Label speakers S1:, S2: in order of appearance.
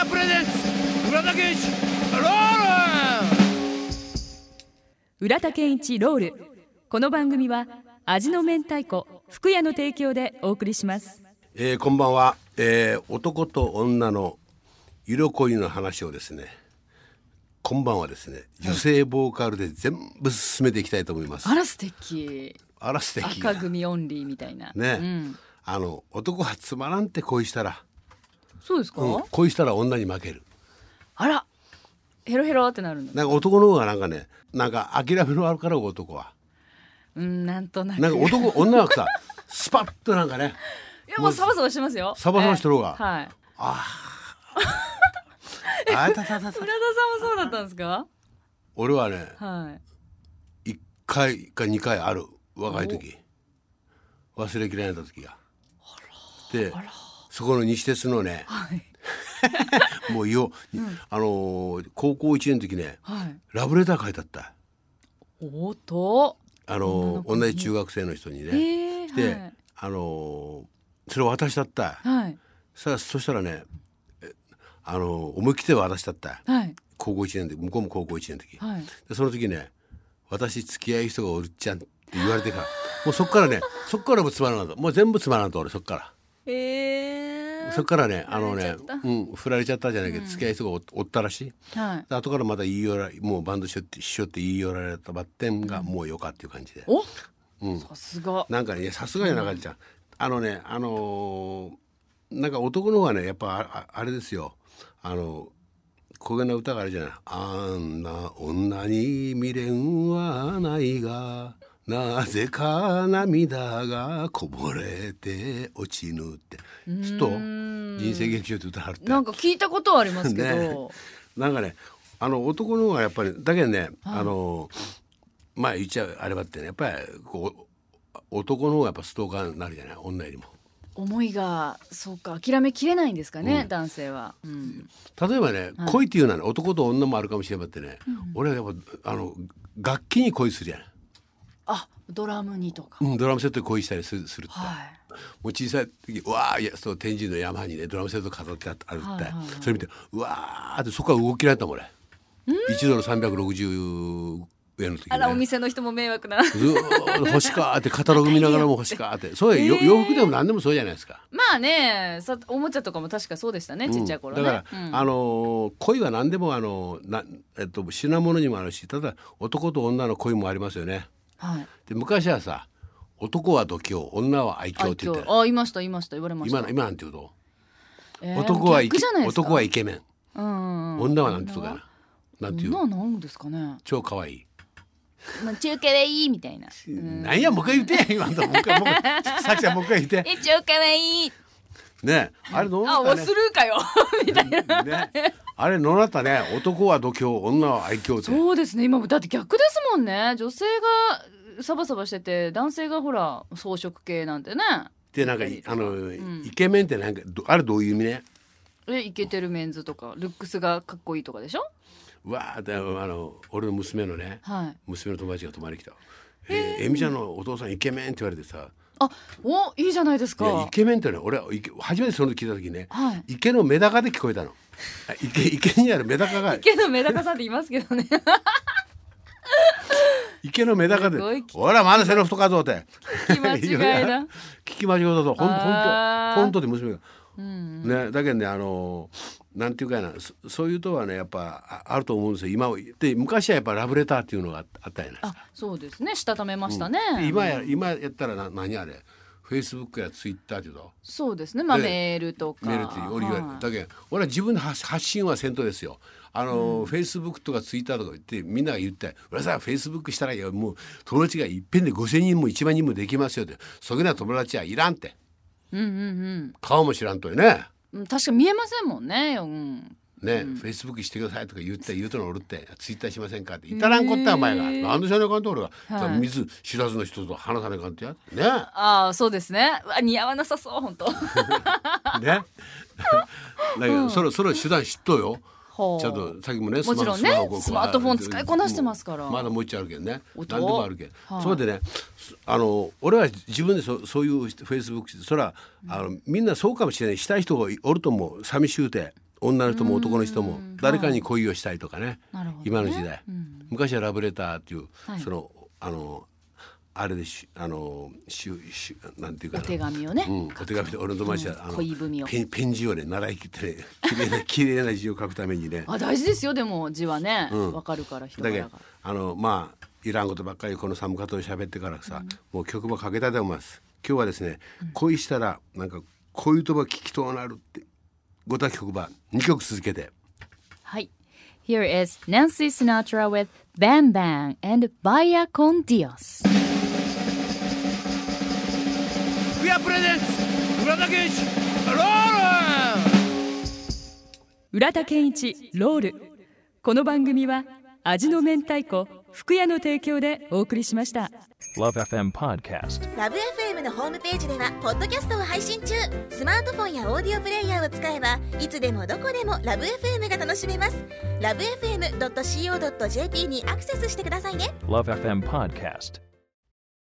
S1: アプレゼンツ浦田健一ロール
S2: 浦田健一ロールこの番組は味の明太子福屋の提供でお送りします
S3: えーこんばんは、えー男と女の色恋の話をですねこんばんはですね女性ボーカルで全部進めていきたいと思います、
S4: あら素敵
S3: あら素敵
S4: 赤組オンリーみたいな
S3: ね、
S4: うん、
S3: あの男はつまらんって恋したら、
S4: そうですか、
S3: うん恋したら女に負ける
S4: あらヘロヘロってなるの
S3: なんか男の方がなんかねなんか諦めのあるから男は
S4: うんなんとなく
S3: なんか男女はさスパッとなん かね
S4: いやもうサバサバしてますよ
S3: サバサバしてる方が
S4: ええはい
S3: あたたたた
S4: 浦田さんもそうだったんですか
S3: 俺はね
S4: はい
S3: 1回か2回ある若い時忘れきれない時がでそこの西鉄のね、もうよ、あのー高校1年の時ね
S4: はい
S3: ラブレター書いてあった
S4: おっと
S3: あのー同じ中学生の人に
S4: え
S3: ね、
S4: え
S3: で、あのーそれを渡しちゃった、
S4: はいはい
S3: さあそしたらねえあのー思い切って渡しちゃった
S4: はい
S3: 高校1年で向こうも高校1年の時、
S4: はい
S3: でその時ね「私付き合い人がおるっちゃん」って言われてからもうそっからねそっからもつまらなかったもう全部つまらなかった俺そっから
S4: ええ
S3: そっからねあの
S4: 振ら
S3: ね
S4: れちゃっ
S3: うん振られちゃったじゃないけど、付き合い人がおおったらしい
S4: はい
S3: で後からまた言い寄らもうバンドしようってしようって言い寄られたばってんがもうよかっていう感じで、
S4: お
S3: うん
S4: さすが
S3: なんかねさすがやなかちゃん、あのねあのーなんか男の方がねやっぱあああれですよあの焦げな歌があるじゃない「あんな女に未練はないがなぜか涙がこぼれて落ちぬ」ってちょっと人生劇場って歌あるって
S4: なんか聞いたことはありますけ
S3: ね
S4: ど、
S3: なんかねあの男の方がやっぱりだけどね、
S4: はい
S3: あのまあ言っちゃあればってねやっぱりこう男の方がやっぱストーカーになるじゃない女よりも。
S4: 思いがそうか諦めきれないんですかね、男性は、うん、
S3: 例えばね、
S4: はい
S3: 恋っていうのはね男と女もあるかもしれないってね、俺はやっぱあの楽器に恋するじゃない、
S4: あドラムにとか、
S3: うん、ドラムセットに恋したりするするって、
S4: はい
S3: もう小さい時うわあいやそう天神の山にねドラムセット飾ってあってあるって、
S4: はいはいはい
S3: それ見てうわあってそこから動きられたもん俺1ドル360円の時に、ね、
S4: あらお店の人も迷惑な
S3: ずーっと欲しかーってカタログ見ながらも欲しかーってそうやよ洋服でも何でもそうじゃないですか。
S4: まあねさおもちゃとかも確かそうでしたねちっちゃい頃ね、
S3: うんだから、
S4: うん
S3: あのー恋は何でもあのーなえっと品物にもあるしただ男と女の恋もありますよね。
S4: はい
S3: で昔はさ男は度胸女は愛嬌って言って
S4: ああいましたいました言われました
S3: 今の今なんて言うと、
S4: えー
S3: 男はイケ
S4: 逆じゃないですか
S3: 男はイケメン、
S4: うんうんうん
S3: 女はなんて言うかななんて言
S4: 女
S3: う
S4: はなんですかね
S3: 超可愛い。
S4: まあ中華はいいみたいなうん
S3: なんやもう一回言って今 のもう一回もう一回さっちゃんもう一回言って
S4: え中華はいい
S3: ねあれどうな
S4: あ
S3: んですか
S4: お
S3: ね
S4: スルーかよみたいな
S3: ね、あれ野中ね男は度胸女は愛嬌って
S4: そうですね今もだって逆ですもんね女性がサバサバしてて男性がほら装飾系なんてね
S3: でなんかいあの、イケメンってなんかどあれどういう意味ね
S4: えイケてるメンズとかルックスがかっこいいとかでしょ
S3: わーってあの俺の娘のね、
S4: はい
S3: 娘の友達が泊まりに来た「えーえみちゃんのお父さんイケメン」って言われてさ
S4: あおいいじゃないです
S3: いやイ
S4: か
S3: ケメンってね俺はいけ初めてその時聞いた時ね、
S4: はい
S3: 池のメダカで聞こえたのあ池池にあるメダカが
S4: けどメダカさんって言いますけどね
S3: 池のメダカです
S4: ごい聞
S3: 「俺はまだセロフトかぞ」って
S4: 聞き間違いだ
S3: 聞き間違いだとほんほんと
S4: あー
S3: ほんとで娘が。ね、だけどねあのなんていうかなそそういうとはねやっぱああると思うんですよ今はで昔はやっぱラブレターっていうのがあ あったじゃないです
S4: あそうですねしたためましたね、
S3: かで今や今やったらな何あれフェイスブックやツイッターっていうの
S4: そうですねまあ
S3: で
S4: メールとか
S3: メールっていう俺,、
S4: は
S3: が
S4: い
S3: だけど俺は自分の発発信は先頭ですよあの、フェイスブックとかツイッターとか言ってみんなが言って「俺さフェイスブックしたらいいよもう友達がいっぺんで5,000人も1万人もできますよ」って「そげな友達はいらん」って
S4: うんうん
S3: 顔も知らんとよね。
S4: うんうん確か見えませんもんね、うん、
S3: ね、フェイスブックしてくださいとか言って言うとの俺ってツイッターしませんかって至らんこったお前がなんでしゃねえかんって俺が、
S4: はい
S3: 見ず知らずの人と話さねえかんってやね
S4: ああそうですねうわ似合わなさそう本当
S3: ね だけど、それそれ手段知っとうよ
S4: ほう
S3: ちゃんとさっきもね
S4: もちろんね
S3: こう
S4: スマートフォン使いこなしてますから
S3: もうまだもう一丁あるけどね何
S4: 音
S3: でもあるけど、
S4: はい
S3: それでねそあの俺は自分でそそういうフェイスブックそらあのみんなそうかもしれないしたい人がおると思う寂しゅうて女の人も男の人も
S4: うん
S3: 誰かに恋をしたいとかね
S4: なるほどね
S3: 今の時代
S4: うん
S3: 昔はラブレターっていう、
S4: はい
S3: そのあのあれでしあのしゅしゅなんていうか
S4: お
S3: な
S4: 手紙をね、
S3: うん、お手紙で俺の友達は、
S4: うん
S3: あの
S4: 恋文を
S3: ペンペン字をね習い切ってね 綺麗な綺麗な字を書くためにね
S4: あ大事ですよでも字はねわ、
S3: うん
S4: かるから人
S3: だ
S4: 柄
S3: け
S4: が
S3: どあのまあいらんことばっかりこの寒かと喋ってからさ、もう曲もかけたいと思います今日はですね、恋したらなんかこういうとば聞きとうなるってごた曲ば2曲続けて
S4: はい Here is Nancy Sinatra with Bam Bam and Vaya Con Dios
S1: 福屋プレゼンツ浦田健一ロール
S2: 浦田健一ロールこの番組は味の明太子福屋の提供でお送りしました
S5: Love FM Podcast.
S6: ラブ f m のホームページではポッドキャストを配信中スマートフォンやオーディオプレイヤーを使えばいつでもどこでもラブ f m が楽しめますラブ FM.co.jp にアクセスしてくださいね
S5: Love FM Podcast.